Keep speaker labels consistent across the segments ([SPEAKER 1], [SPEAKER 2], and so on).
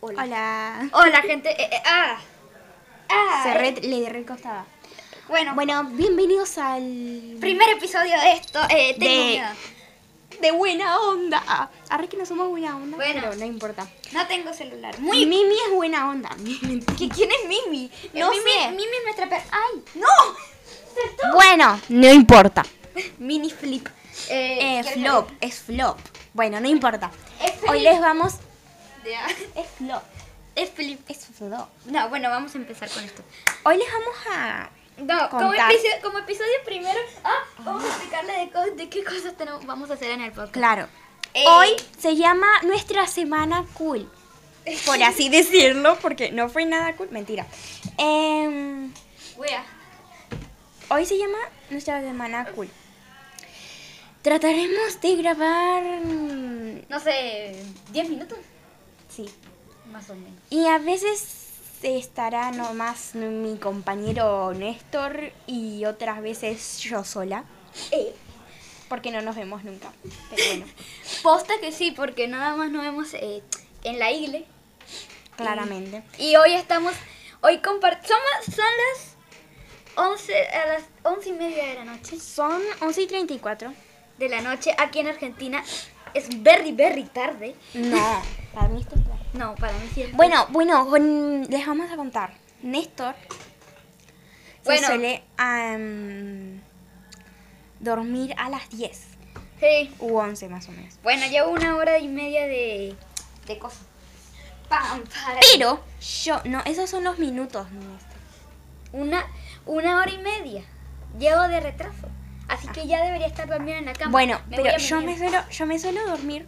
[SPEAKER 1] Hola.
[SPEAKER 2] Hola.
[SPEAKER 1] Hola, gente. Eh, eh, ah. Ah,
[SPEAKER 2] Se
[SPEAKER 1] eh,
[SPEAKER 2] re- le recostaba.
[SPEAKER 1] Bueno,
[SPEAKER 2] Bueno, bienvenidos al.
[SPEAKER 1] primer episodio de esto. Eh, tengo
[SPEAKER 2] De-
[SPEAKER 1] miedo.
[SPEAKER 2] de buena onda. Ah, Arre que no somos buena onda.
[SPEAKER 1] Bueno.
[SPEAKER 2] Pero no importa.
[SPEAKER 1] No tengo celular. Muy.
[SPEAKER 2] Mimi es buena onda. Mimi.
[SPEAKER 1] ¿Qui- ¿Quién es Mimi?
[SPEAKER 2] No
[SPEAKER 1] Mimi,
[SPEAKER 2] sé.
[SPEAKER 1] Mimi es nuestra per... ¡Ay! ¡No! Saltó.
[SPEAKER 2] Bueno, no importa. Mini flip.
[SPEAKER 1] Eh,
[SPEAKER 2] Eh,
[SPEAKER 1] ¿quieres
[SPEAKER 2] flop, es flop. Bueno, no importa.
[SPEAKER 1] Es flip.
[SPEAKER 2] Hoy les vamos.
[SPEAKER 1] Ya.
[SPEAKER 2] Es flop.
[SPEAKER 1] Es Felipe.
[SPEAKER 2] Es flop.
[SPEAKER 1] No, bueno, vamos a empezar con esto.
[SPEAKER 2] Hoy les vamos a.
[SPEAKER 1] No, como
[SPEAKER 2] Contar.
[SPEAKER 1] episodio, como episodio primero, ah, vamos a explicarle de, co- de qué cosas tenemos, vamos a hacer en el podcast.
[SPEAKER 2] Claro.
[SPEAKER 1] Eh.
[SPEAKER 2] Hoy se llama Nuestra Semana Cool. Por así decirlo, porque no fue nada cool. Mentira. Em,
[SPEAKER 1] Wea.
[SPEAKER 2] Hoy se llama Nuestra Semana Cool. Trataremos de grabar. mm,
[SPEAKER 1] No sé, 10 minutos,
[SPEAKER 2] Sí.
[SPEAKER 1] más o menos.
[SPEAKER 2] Y a veces estará nomás mi compañero Néstor y otras veces yo sola.
[SPEAKER 1] Eh,
[SPEAKER 2] Porque no nos vemos nunca. Pero bueno,
[SPEAKER 1] Posta que sí, porque nada más nos vemos eh, en la igle.
[SPEAKER 2] claramente.
[SPEAKER 1] Y hoy estamos, hoy compartimos, son las 11, a las 11 y media de la noche.
[SPEAKER 2] Son 11 y 34.
[SPEAKER 1] De la noche aquí en Argentina es very, very tarde.
[SPEAKER 2] No, para mí es temprano.
[SPEAKER 1] No, para mí sí es
[SPEAKER 2] Bueno, bueno, con- les vamos a contar. Néstor se
[SPEAKER 1] Bueno.
[SPEAKER 2] suele am, dormir a las 10
[SPEAKER 1] Sí.
[SPEAKER 2] u 11 más o menos.
[SPEAKER 1] Bueno, llevo una hora y media de, de cosas. Pam, para.
[SPEAKER 2] Pero yo, no, esos son los minutos, Néstor.
[SPEAKER 1] Una, una hora y media. Llevo de retraso. Así que ya debería estar dormida en la cama.
[SPEAKER 2] Bueno,
[SPEAKER 1] Me voy
[SPEAKER 2] pero
[SPEAKER 1] a
[SPEAKER 2] yo me,
[SPEAKER 1] menear.
[SPEAKER 2] suelo, yo me suelo dormir.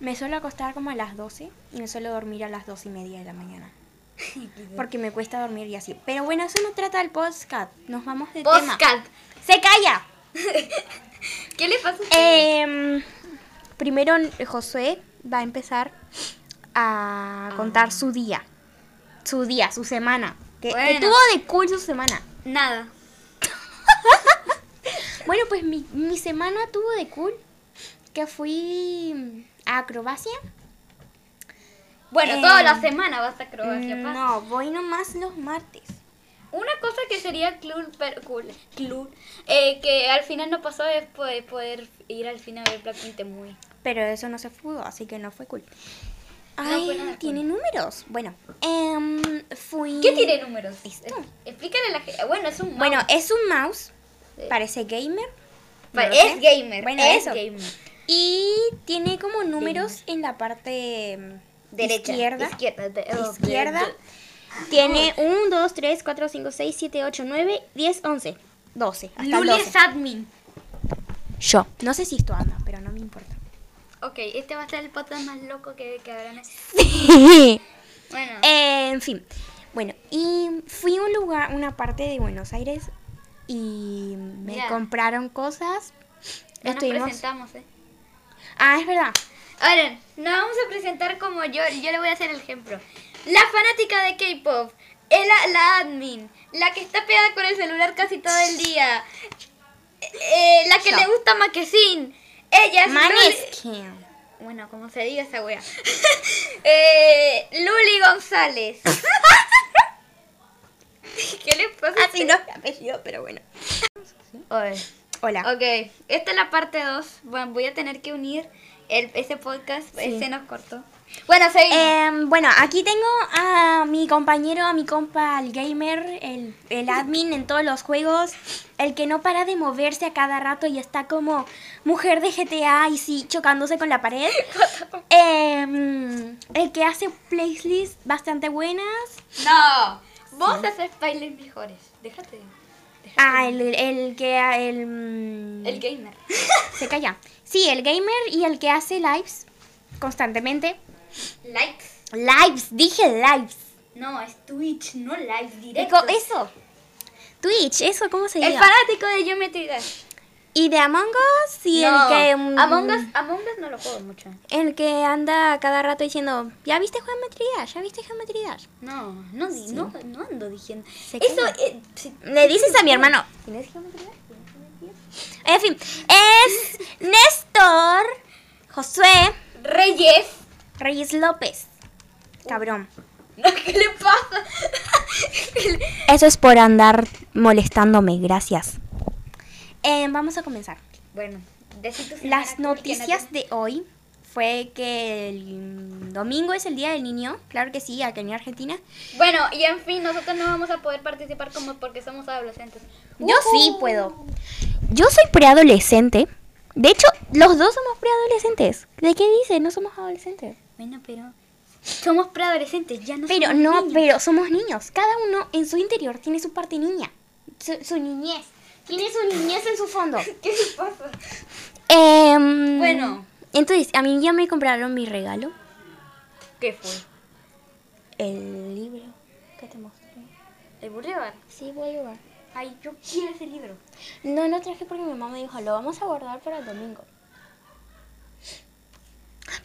[SPEAKER 2] Me suelo acostar como a las 12 y me suelo dormir a las 12 y media de la mañana. Porque me cuesta dormir y así. Pero bueno, eso no trata el podcast. Nos vamos de tema.
[SPEAKER 1] Podcast.
[SPEAKER 2] ¡Se calla!
[SPEAKER 1] ¿Qué le pasa a usted?
[SPEAKER 2] Em, primero José va a empezar a contar su día. Su día, su semana. Que
[SPEAKER 1] Bueno.
[SPEAKER 2] que tuvo de cool su semana.
[SPEAKER 1] Nada.
[SPEAKER 2] Bueno, pues mi, mi semana tuvo de cool. Que fui a acrobacia.
[SPEAKER 1] Bueno,
[SPEAKER 2] Eh,
[SPEAKER 1] toda la semana vas a acrobacia. pa.
[SPEAKER 2] Mm, No, voy nomás los martes.
[SPEAKER 1] Una cosa que sería cool, pero, cool, cool, eh, que al final no pasó es poder, poder ir al final a ver Blackpink The Movie.
[SPEAKER 2] Pero eso no se pudo, así que no fue cool.
[SPEAKER 1] No
[SPEAKER 2] Ay,
[SPEAKER 1] Ah, fue nada cool.
[SPEAKER 2] tiene números. Bueno, em, fui...
[SPEAKER 1] ¿Qué tiene números?
[SPEAKER 2] Esto.
[SPEAKER 1] Eh, Explícale a la gente. Bueno, es un mouse.
[SPEAKER 2] Bueno, es un mouse.
[SPEAKER 1] Sí.
[SPEAKER 2] Parece gamer.
[SPEAKER 1] Pa-
[SPEAKER 2] no lo
[SPEAKER 1] es
[SPEAKER 2] sé.
[SPEAKER 1] gamer.
[SPEAKER 2] Bueno,
[SPEAKER 1] es
[SPEAKER 2] eso.
[SPEAKER 1] gamer.
[SPEAKER 2] Y tiene como números en la parte mm,
[SPEAKER 1] Derecha.
[SPEAKER 2] izquierda.
[SPEAKER 1] Izquierda. de- oh,
[SPEAKER 2] Izquierda.
[SPEAKER 1] de-
[SPEAKER 2] Tiene 1, 2, 3, 4, 5, 6, 7, 8, 9, 10, 11, 12.
[SPEAKER 1] de-
[SPEAKER 2] Hasta el
[SPEAKER 1] Luli
[SPEAKER 2] 12.
[SPEAKER 1] es admin.
[SPEAKER 2] Yo. No sé si esto anda, pero no me importa.
[SPEAKER 1] Ok, este va a ser el podcast más loco que, que habrán hecho. Bueno,
[SPEAKER 2] Eh, en fin. Bueno, y fui a un lugar, una parte de Buenos Aires y me
[SPEAKER 1] Mira.
[SPEAKER 2] compraron cosas.
[SPEAKER 1] ya nos
[SPEAKER 2] Estuvimos.
[SPEAKER 1] presentamos, ¿eh?
[SPEAKER 2] Ah, es verdad.
[SPEAKER 1] Ahora, nos vamos a presentar como yo. Yo le voy a hacer el ejemplo. La fanática de K-pop. eh, La, la admin. La que está pegada con el celular casi todo el día. eh, eh, la que
[SPEAKER 2] Yo.
[SPEAKER 1] le gusta Maquesin. Ella es Luli-
[SPEAKER 2] Maneskin.
[SPEAKER 1] Bueno, como se diga esa wea. eh, Luli González. ¿Qué le pasa? a
[SPEAKER 2] Así
[SPEAKER 1] usted?
[SPEAKER 2] Ah, no es mi apellido, pero bueno.
[SPEAKER 1] Oye.
[SPEAKER 2] Hola.
[SPEAKER 1] Ok, esta es la parte 2. Bueno, voy a tener que unir el, ese podcast.
[SPEAKER 2] Sí.
[SPEAKER 1] Se nos cortó. Bueno, seguimos.
[SPEAKER 2] Em, bueno, aquí tengo a mi compañero, a mi compa, el gamer, el, el admin en todos los juegos, el que no para de moverse a cada rato y está como mujer de GTA y sí, chocándose con la pared. Em, el que hace playlists bastante buenas.
[SPEAKER 1] No, vos haces bailes mejores. Déjate. déjate.
[SPEAKER 2] Ah, el, el que... El, mm,
[SPEAKER 1] El gamer.
[SPEAKER 2] se calla. Sí, el gamer y el que hace lives constantemente.
[SPEAKER 1] Likes.
[SPEAKER 2] Lives, dije lives.
[SPEAKER 1] No, es Twitch, no live directo.
[SPEAKER 2] Eco- Eso. Twitch, eso, ¿cómo se
[SPEAKER 1] el
[SPEAKER 2] llama?
[SPEAKER 1] fanático de Geometry Dash.
[SPEAKER 2] Y de Among Us y el
[SPEAKER 1] No,
[SPEAKER 2] que. mm,
[SPEAKER 1] Among Us, Among Us no lo juego mucho.
[SPEAKER 2] El que anda cada rato diciendo, ¿ya viste Geometry Dash? ¿Ya viste Geometry Dash?
[SPEAKER 1] No, no, di- no, no ando diciendo.
[SPEAKER 2] Se
[SPEAKER 1] Eso,
[SPEAKER 2] calla.
[SPEAKER 1] eh, si-
[SPEAKER 2] Le dices a mi hermano.
[SPEAKER 1] ¿Tienes Geometry Dash? ¿Tienes Geometry Dash?
[SPEAKER 2] En fin, es Néstor Josué
[SPEAKER 1] Reyes.
[SPEAKER 2] Reyes López. Cabrón.
[SPEAKER 1] No, ¿qué le pasa?
[SPEAKER 2] Eso es por andar molestándome, gracias. Eh, vamos a comenzar.
[SPEAKER 1] bueno, decí tu semana
[SPEAKER 2] Las
[SPEAKER 1] cool, que no
[SPEAKER 2] noticias
[SPEAKER 1] te-
[SPEAKER 2] de hoy fue que el domingo es el Día del Niño, claro que sí, aquí en Argentina.
[SPEAKER 1] Bueno, y en fin, nosotros no vamos a poder participar como porque somos adolescentes.
[SPEAKER 2] Yo sí puedo. Yo soy preadolescente. De hecho, los dos somos preadolescentes. ¿De qué dice? No somos adolescentes.
[SPEAKER 1] Bueno, pero somos preadolescentes, ya no
[SPEAKER 2] Pero
[SPEAKER 1] somos
[SPEAKER 2] no,
[SPEAKER 1] niños.
[SPEAKER 2] pero somos niños. Cada uno en su interior tiene su parte niña. Su, su niñez. Tiene su niñez en su fondo.
[SPEAKER 1] ¿Qué le pasa?
[SPEAKER 2] Em,
[SPEAKER 1] Bueno.
[SPEAKER 2] Entonces, a mí ya me compraron mi regalo.
[SPEAKER 1] ¿Qué fue?
[SPEAKER 2] El libro que te mostré.
[SPEAKER 1] ¿El Boulevard?
[SPEAKER 2] Sí, voy a llevar.
[SPEAKER 1] Ay, yo quiero ese libro.
[SPEAKER 2] No, no traje porque mi mamá me dijo, lo vamos a guardar para el domingo.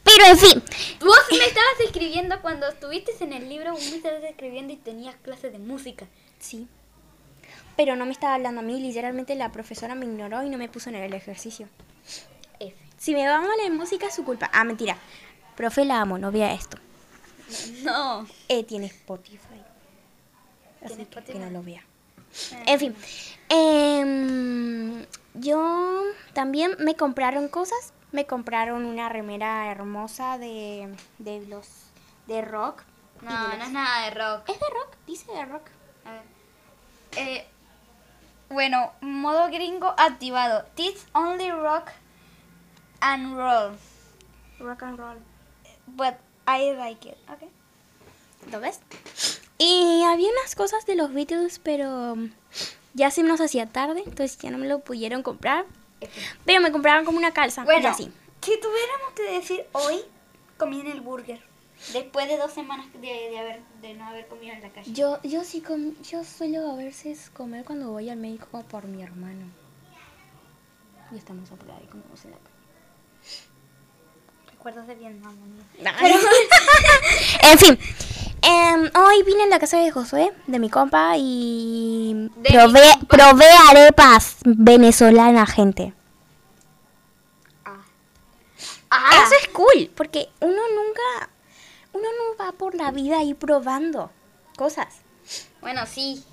[SPEAKER 2] Pero en fin,
[SPEAKER 1] Vos me estabas escribiendo cuando estuviste en el libro, vos me estabas escribiendo y tenías clases de música.
[SPEAKER 2] Sí. Pero no me estaba hablando a mí, literalmente la profesora me ignoró y no me puso en el ejercicio.
[SPEAKER 1] F.
[SPEAKER 2] Si me va mal en música es su culpa. Ah, mentira. Profe, la amo, no vea esto.
[SPEAKER 1] No.
[SPEAKER 2] Eh, tiene Spotify.
[SPEAKER 1] Tiene
[SPEAKER 2] Así que-
[SPEAKER 1] Spotify.
[SPEAKER 2] que no lo vea. En fin. em, yo también me compraron cosas. Me compraron una remera hermosa de, de los de rock. y de
[SPEAKER 1] No, no
[SPEAKER 2] los-
[SPEAKER 1] es nada de rock.
[SPEAKER 2] ¿Es de rock? Dice de rock.
[SPEAKER 1] A ver. Eh, bueno, modo gringo activado. It's only rock and roll,
[SPEAKER 2] Rock and roll.
[SPEAKER 1] but I like it. Okay.
[SPEAKER 2] ¿Lo ves? Y había unas cosas de los Beatles, pero mm, ya se nos hacía tarde, entonces ya no me lo pudieron comprar. Pero me compraron como una calza. y
[SPEAKER 1] Este. Bueno,
[SPEAKER 2] así.
[SPEAKER 1] si tuviéramos que decir hoy, comí en el burger. Después de dos semanas de, de haber, de no haber comido en la calle.
[SPEAKER 2] Yo, yo sí com- yo suelo a veces comer cuando voy al médico por mi hermano. Y estamos a por ahí como en la calle.
[SPEAKER 1] Recuerdos de Vietnam, amigo.
[SPEAKER 2] en fin. em, hoy vine a la casa de Josué, de mi compa, y
[SPEAKER 1] De
[SPEAKER 2] probé,
[SPEAKER 1] mi compa.
[SPEAKER 2] probé arepas venezolanas, gente.
[SPEAKER 1] Ah. Ah.
[SPEAKER 2] Eso es cool, porque uno nunca, uno no va por la vida ahí probando cosas.
[SPEAKER 1] Bueno, sí.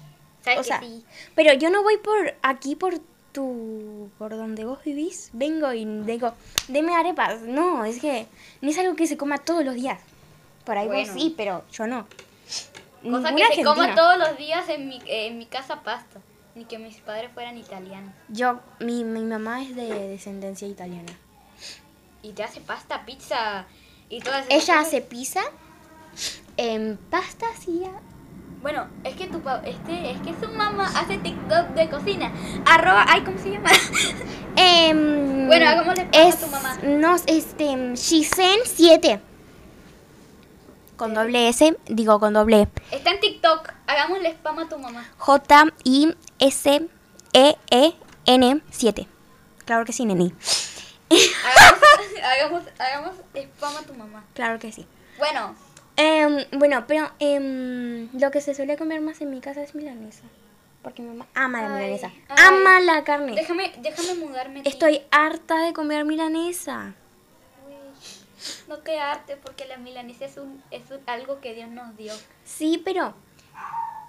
[SPEAKER 1] Sabes
[SPEAKER 2] O
[SPEAKER 1] que
[SPEAKER 2] sea,
[SPEAKER 1] sí.
[SPEAKER 2] pero yo no voy por aquí por tu, por donde vos vivís. Vengo y
[SPEAKER 1] Ah.
[SPEAKER 2] digo, deme arepas. No, es que no es algo que se coma todos los días. Por ahí
[SPEAKER 1] Bueno.
[SPEAKER 2] vos sí, pero yo no.
[SPEAKER 1] Cosa
[SPEAKER 2] Ninguna
[SPEAKER 1] que se coma
[SPEAKER 2] Mm, argentina.
[SPEAKER 1] todos los días en mi, eh, en mi casa pasta. Ni que mis padres fueran italianos.
[SPEAKER 2] Yo, mi, mi mamá es de descendencia italiana.
[SPEAKER 1] Y te hace pasta, pizza y todas esas
[SPEAKER 2] Ella
[SPEAKER 1] cosas.
[SPEAKER 2] hace pizza, em, pasta hacía
[SPEAKER 1] Bueno, es que tu pa- este, es que su mamá hace TikTok de cocina. Arroba, ay, ¿cómo se llama?
[SPEAKER 2] Em,
[SPEAKER 1] Bueno, hagámosle paso a tu mamá.
[SPEAKER 2] No, este, Shisen 7. Con doble S, digo con doble
[SPEAKER 1] Está en TikTok. Hagámosle spam a tu mamá.
[SPEAKER 2] J-I-S-E-E-N 7. Claro que sí, Neni.
[SPEAKER 1] Hagamos, hagamos, hagamos spam a tu mamá.
[SPEAKER 2] Claro que sí.
[SPEAKER 1] Bueno,
[SPEAKER 2] Em, bueno, pero em, lo que se suele comer más en mi casa es milanesa. Porque mi mamá ama la
[SPEAKER 1] Ay,
[SPEAKER 2] milanesa.
[SPEAKER 1] ay.
[SPEAKER 2] Ama la carne.
[SPEAKER 1] déjame, déjame mudarme. tío.
[SPEAKER 2] Estoy harta de comer milanesa.
[SPEAKER 1] Uy, No quedarte porque la milanesa es, un, es un- algo que Dios nos dio.
[SPEAKER 2] Sí, pero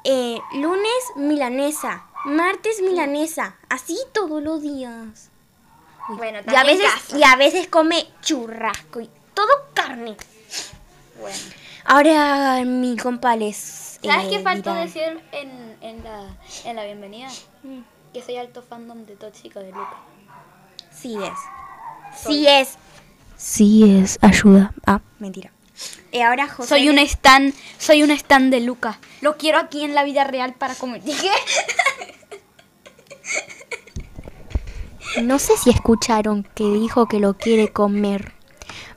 [SPEAKER 2] eh, lunes milanesa, martes milanesa, así todos los días. Uy,
[SPEAKER 1] Bueno,
[SPEAKER 2] y a
[SPEAKER 1] también
[SPEAKER 2] veces
[SPEAKER 1] caso.
[SPEAKER 2] y a veces come churrasco y todo carne.
[SPEAKER 1] Bueno.
[SPEAKER 2] Ahora mi compa les
[SPEAKER 1] ¿Sabes
[SPEAKER 2] eh,
[SPEAKER 1] qué faltó
[SPEAKER 2] dirá-
[SPEAKER 1] decir en, en, la, en la bienvenida?
[SPEAKER 2] Mm,
[SPEAKER 1] Que soy alto fandom de Tóxico de Luca.
[SPEAKER 2] Sí es.
[SPEAKER 1] Ah. Soy.
[SPEAKER 2] Sí es. Sí es, ayuda. Ah, mentira. Y ahora José
[SPEAKER 1] Soy un stand, soy un stand de Luca. Lo quiero aquí en la vida real para comer. Dije,
[SPEAKER 2] No sé si escucharon que dijo que lo quiere comer,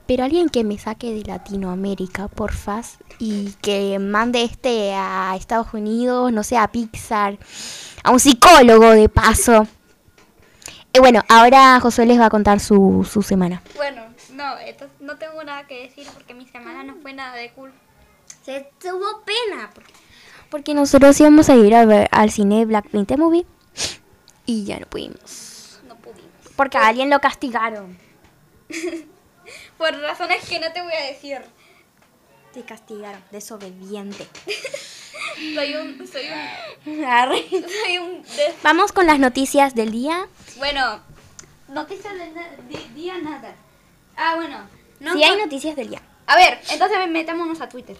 [SPEAKER 2] pero alguien que me saque de Latinoamérica, porfas, y que mande este a Estados Unidos, no sé, a Pixar, a un psicólogo de paso. Y bueno, ahora Josué les va a contar su, su semana.
[SPEAKER 1] bueno, no, esto- no tengo nada que decir porque mi semana no fue nada de cool.
[SPEAKER 2] Se tuvo pena. Porque, nosotros íbamos a ir a ver al cine Blackpink The Movie y ya no pudimos.
[SPEAKER 1] No pudimos.
[SPEAKER 2] Porque a alguien lo castigaron.
[SPEAKER 1] Por razones que no te voy a decir.
[SPEAKER 2] Te castigaron, desobediente.
[SPEAKER 1] Soy un, soy un,
[SPEAKER 2] Arre.
[SPEAKER 1] soy un des-
[SPEAKER 2] Vamos con las noticias del día.
[SPEAKER 1] Bueno, noticias del na- di- día nada. Ah, bueno. No
[SPEAKER 2] si hay
[SPEAKER 1] encon-
[SPEAKER 2] noticias del día.
[SPEAKER 1] A ver, entonces metámonos a Twitter.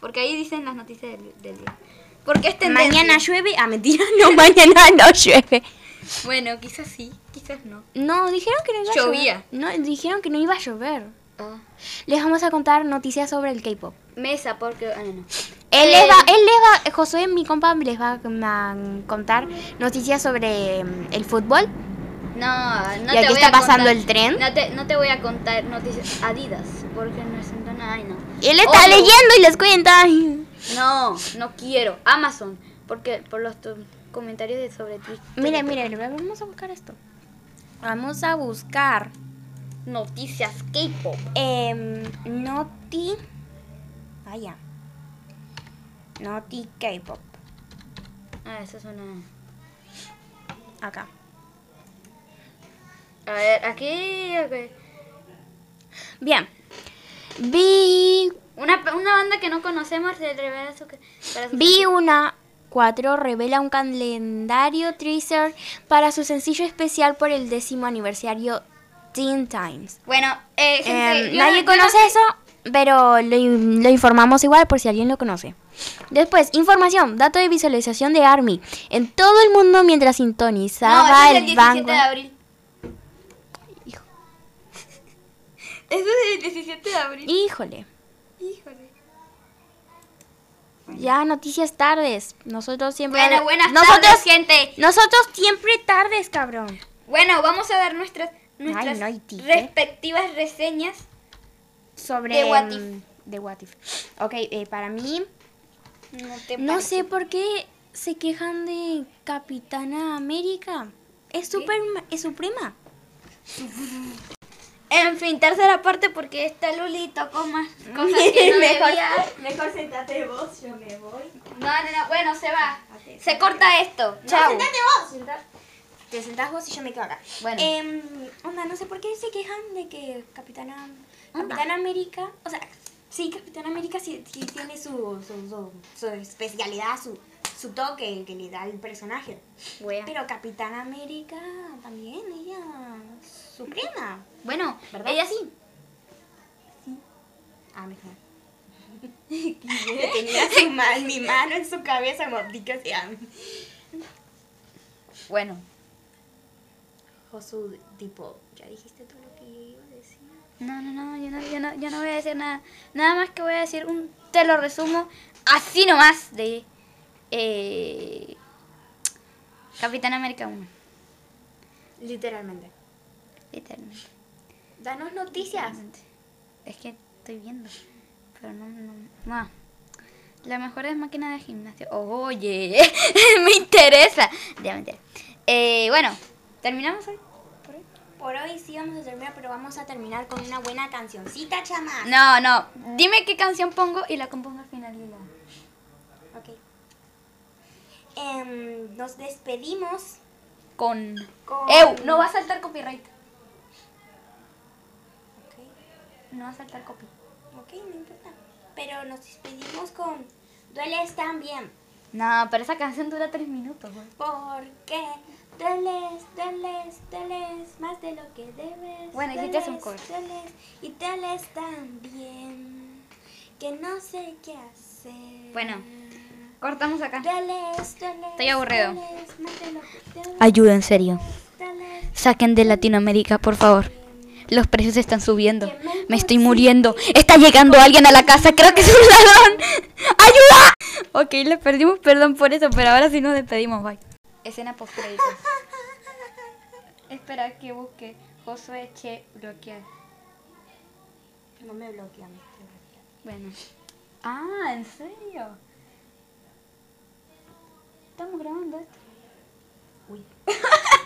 [SPEAKER 1] Porque ahí dicen las noticias del, del día. Porque es tendencia.
[SPEAKER 2] Mañana llueve. Ah, mentira, no, mañana no llueve.
[SPEAKER 1] Bueno, quizás sí, quizás no.
[SPEAKER 2] No, dijeron que no iba
[SPEAKER 1] Llovía.
[SPEAKER 2] a llover. No, dijeron que no iba a llover.
[SPEAKER 1] Ah.
[SPEAKER 2] Les vamos a contar noticias sobre el K-pop.
[SPEAKER 1] Mesa, porque... Ah, no, no.
[SPEAKER 2] Él
[SPEAKER 1] Eh.
[SPEAKER 2] les va, él les va, José, mi compa, les va a mm, contar noticias sobre mm, el fútbol.
[SPEAKER 1] No, no
[SPEAKER 2] ¿Y
[SPEAKER 1] te
[SPEAKER 2] aquí
[SPEAKER 1] voy
[SPEAKER 2] está
[SPEAKER 1] a
[SPEAKER 2] pasando
[SPEAKER 1] contar-
[SPEAKER 2] el tren?
[SPEAKER 1] No te, no te voy a contar noticias Adidas, porque no es nada, ay no.
[SPEAKER 2] Él está
[SPEAKER 1] Ojo.
[SPEAKER 2] leyendo y les cuenta. Ay,
[SPEAKER 1] No, no quiero. Amazon, porque por los tu- comentarios de sobre Twitter.
[SPEAKER 2] Miren, miren, vamos a buscar esto. Vamos a buscar
[SPEAKER 1] Noticias K-pop.
[SPEAKER 2] em, Noti. Vaya. Noti K-pop.
[SPEAKER 1] Ah, eso suena.
[SPEAKER 2] Acá.
[SPEAKER 1] A ver, aquí. ok.
[SPEAKER 2] Bien. Vi,
[SPEAKER 1] Una, pe- una banda que no conocemos se revela su. Para su-
[SPEAKER 2] vi una 4 revela un calendario teaser para su sencillo especial por el décimo aniversario Teen Times.
[SPEAKER 1] Bueno, eh, gente,
[SPEAKER 2] Em,
[SPEAKER 1] yo-
[SPEAKER 2] nadie
[SPEAKER 1] yo-
[SPEAKER 2] conoce eso, pero lo, in- lo informamos igual por si alguien lo conoce. Después, información, dato de visualización de ARMY. En todo el mundo mientras
[SPEAKER 1] No, eso es
[SPEAKER 2] sintonizaba
[SPEAKER 1] el
[SPEAKER 2] el
[SPEAKER 1] 17
[SPEAKER 2] banco.
[SPEAKER 1] de abril.
[SPEAKER 2] Hijo.
[SPEAKER 1] Eso es el 17 de abril.
[SPEAKER 2] Híjole,
[SPEAKER 1] Híjole.
[SPEAKER 2] ya noticias tardes. Nosotros siempre...
[SPEAKER 1] Bueno, buenas
[SPEAKER 2] nosotros,
[SPEAKER 1] tardes, gente.
[SPEAKER 2] Nosotros siempre tardes, cabrón.
[SPEAKER 1] Bueno, vamos a dar nuestras, nuestras
[SPEAKER 2] no, y Tite.
[SPEAKER 1] respectivas reseñas.
[SPEAKER 2] Sobre...
[SPEAKER 1] De What
[SPEAKER 2] em,
[SPEAKER 1] If.
[SPEAKER 2] de What If. Ok, eh, para mí...
[SPEAKER 1] No, te
[SPEAKER 2] No
[SPEAKER 1] parece.
[SPEAKER 2] sé por qué se quejan de Capitana América. Es, superma- es suprema.
[SPEAKER 1] En fin, tercera parte porque esta Luli tocó más cosas que no debía.
[SPEAKER 3] Mejor sentate vos, yo me voy.
[SPEAKER 1] No, no, no, bueno, se va. Se corta esto. Chao.
[SPEAKER 2] sentate vos. Te sentás vos y yo me quedo acá.
[SPEAKER 1] Bueno.
[SPEAKER 2] Em, onda, no sé por qué se quejan de que Capitana, Capitana América. O sea, sí, Capitana América sí, sí tiene su, su, su- su especialidad, su, su toque que le da el personaje.
[SPEAKER 1] Wea.
[SPEAKER 2] Pero Capitana América también, ella es suprema.
[SPEAKER 1] Bueno,
[SPEAKER 2] ¿Verdad?
[SPEAKER 1] ella sí.
[SPEAKER 2] Ah, mejor. Tenía su ma- mi mano en su cabeza como "Dica hacia mí".
[SPEAKER 1] Bueno.
[SPEAKER 2] Josu, tipo, ya dijiste todo lo que yo iba a decir.
[SPEAKER 1] No, no, no, yo no, yo no, yo no voy a decir nada. Nada más que voy a decir un te lo resumo así nomás de eh, Capitán América 1,
[SPEAKER 2] Literalmente.
[SPEAKER 1] literalmente.
[SPEAKER 2] Danos noticias.
[SPEAKER 1] Es que estoy viendo. Pero no, no. no. La mejor es máquina de gimnasio. Oye, me interesa. Ya me enteré. Eh, bueno, terminamos hoy. ¿Por hoy?
[SPEAKER 2] Por hoy sí vamos a terminar, pero vamos a terminar con una buena cancioncita, chama.
[SPEAKER 1] No, no. Dime qué canción pongo y la compongo al final de la-
[SPEAKER 2] Ok. Em, nos despedimos.
[SPEAKER 1] Con.
[SPEAKER 2] Con-
[SPEAKER 1] ¡Ew! No va a saltar copyright.
[SPEAKER 2] Ok,
[SPEAKER 1] No va a saltar copy.
[SPEAKER 2] ok, no importa. Pero nos despedimos con Dueles también.
[SPEAKER 1] No, pero esa canción dura tres minutos, güey.
[SPEAKER 2] Porque dueles, dueles, dueles, más de lo que debes.
[SPEAKER 1] Bueno, hiciste
[SPEAKER 2] dueles,
[SPEAKER 1] un cover.
[SPEAKER 2] dueles, y dueles también, que no sé qué hacer.
[SPEAKER 1] Bueno, cortamos acá.
[SPEAKER 2] Dueles, dueles,
[SPEAKER 1] Estoy aburrido.
[SPEAKER 2] dueles, más de lo que debes,
[SPEAKER 1] Ayuda, en serio.
[SPEAKER 2] dueles.
[SPEAKER 1] Saquen de Latinoamérica, por favor. Los precios están subiendo. Me estoy muriendo. Está llegando alguien a la casa. Creo que es un ladrón. ¡Ayuda! Ok, le perdimos perdón por eso, pero ahora sí nos despedimos. Bye. Escena post Espera que busque Josué Che bloquear.
[SPEAKER 2] No me bloquean.
[SPEAKER 1] Bueno. Ah, ¿en serio? Estamos grabando esto.
[SPEAKER 2] Uy.